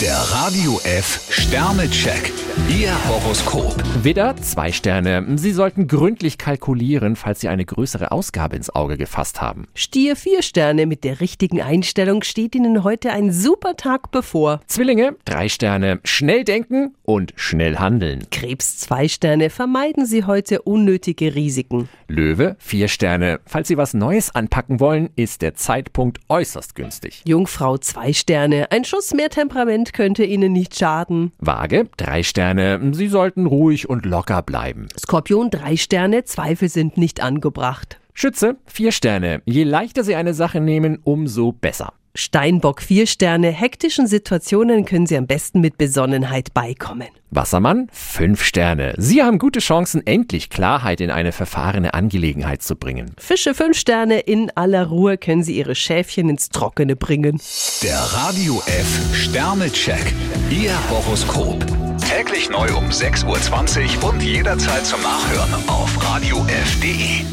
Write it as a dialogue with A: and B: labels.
A: Der Radio F Sternecheck. Ihr Horoskop.
B: Widder, zwei Sterne. Sie sollten gründlich kalkulieren, falls Sie eine größere Ausgabe ins Auge gefasst haben.
C: Stier vier Sterne mit der richtigen Einstellung steht Ihnen heute ein super Tag bevor.
B: Zwillinge, drei Sterne. Schnell denken und schnell handeln.
C: Krebs zwei Sterne vermeiden Sie heute unnötige Risiken.
B: Löwe, vier Sterne. Falls Sie was Neues anpacken wollen, ist der Zeitpunkt äußerst günstig.
C: Jungfrau zwei Sterne ein Schuss mehr Temperament könnte Ihnen nicht schaden.
B: Waage, drei Sterne. Sie sollten ruhig und locker bleiben.
C: Skorpion drei Sterne Zweifel sind nicht angebracht.
B: Schütze, vier Sterne. Je leichter Sie eine Sache nehmen, umso besser.
C: Steinbock vier Sterne hektischen Situationen können Sie am besten mit Besonnenheit beikommen.
B: Wassermann, fünf Sterne. Sie haben gute Chancen, endlich Klarheit in eine verfahrene Angelegenheit zu bringen.
C: Fische fünf Sterne in aller Ruhe können Sie Ihre Schäfchen ins Trockene bringen.
A: Der Radio F Sternecheck. Ihr Horoskop. Täglich neu um 6.20 Uhr und jederzeit zum Nachhören auf Radio radiof.de.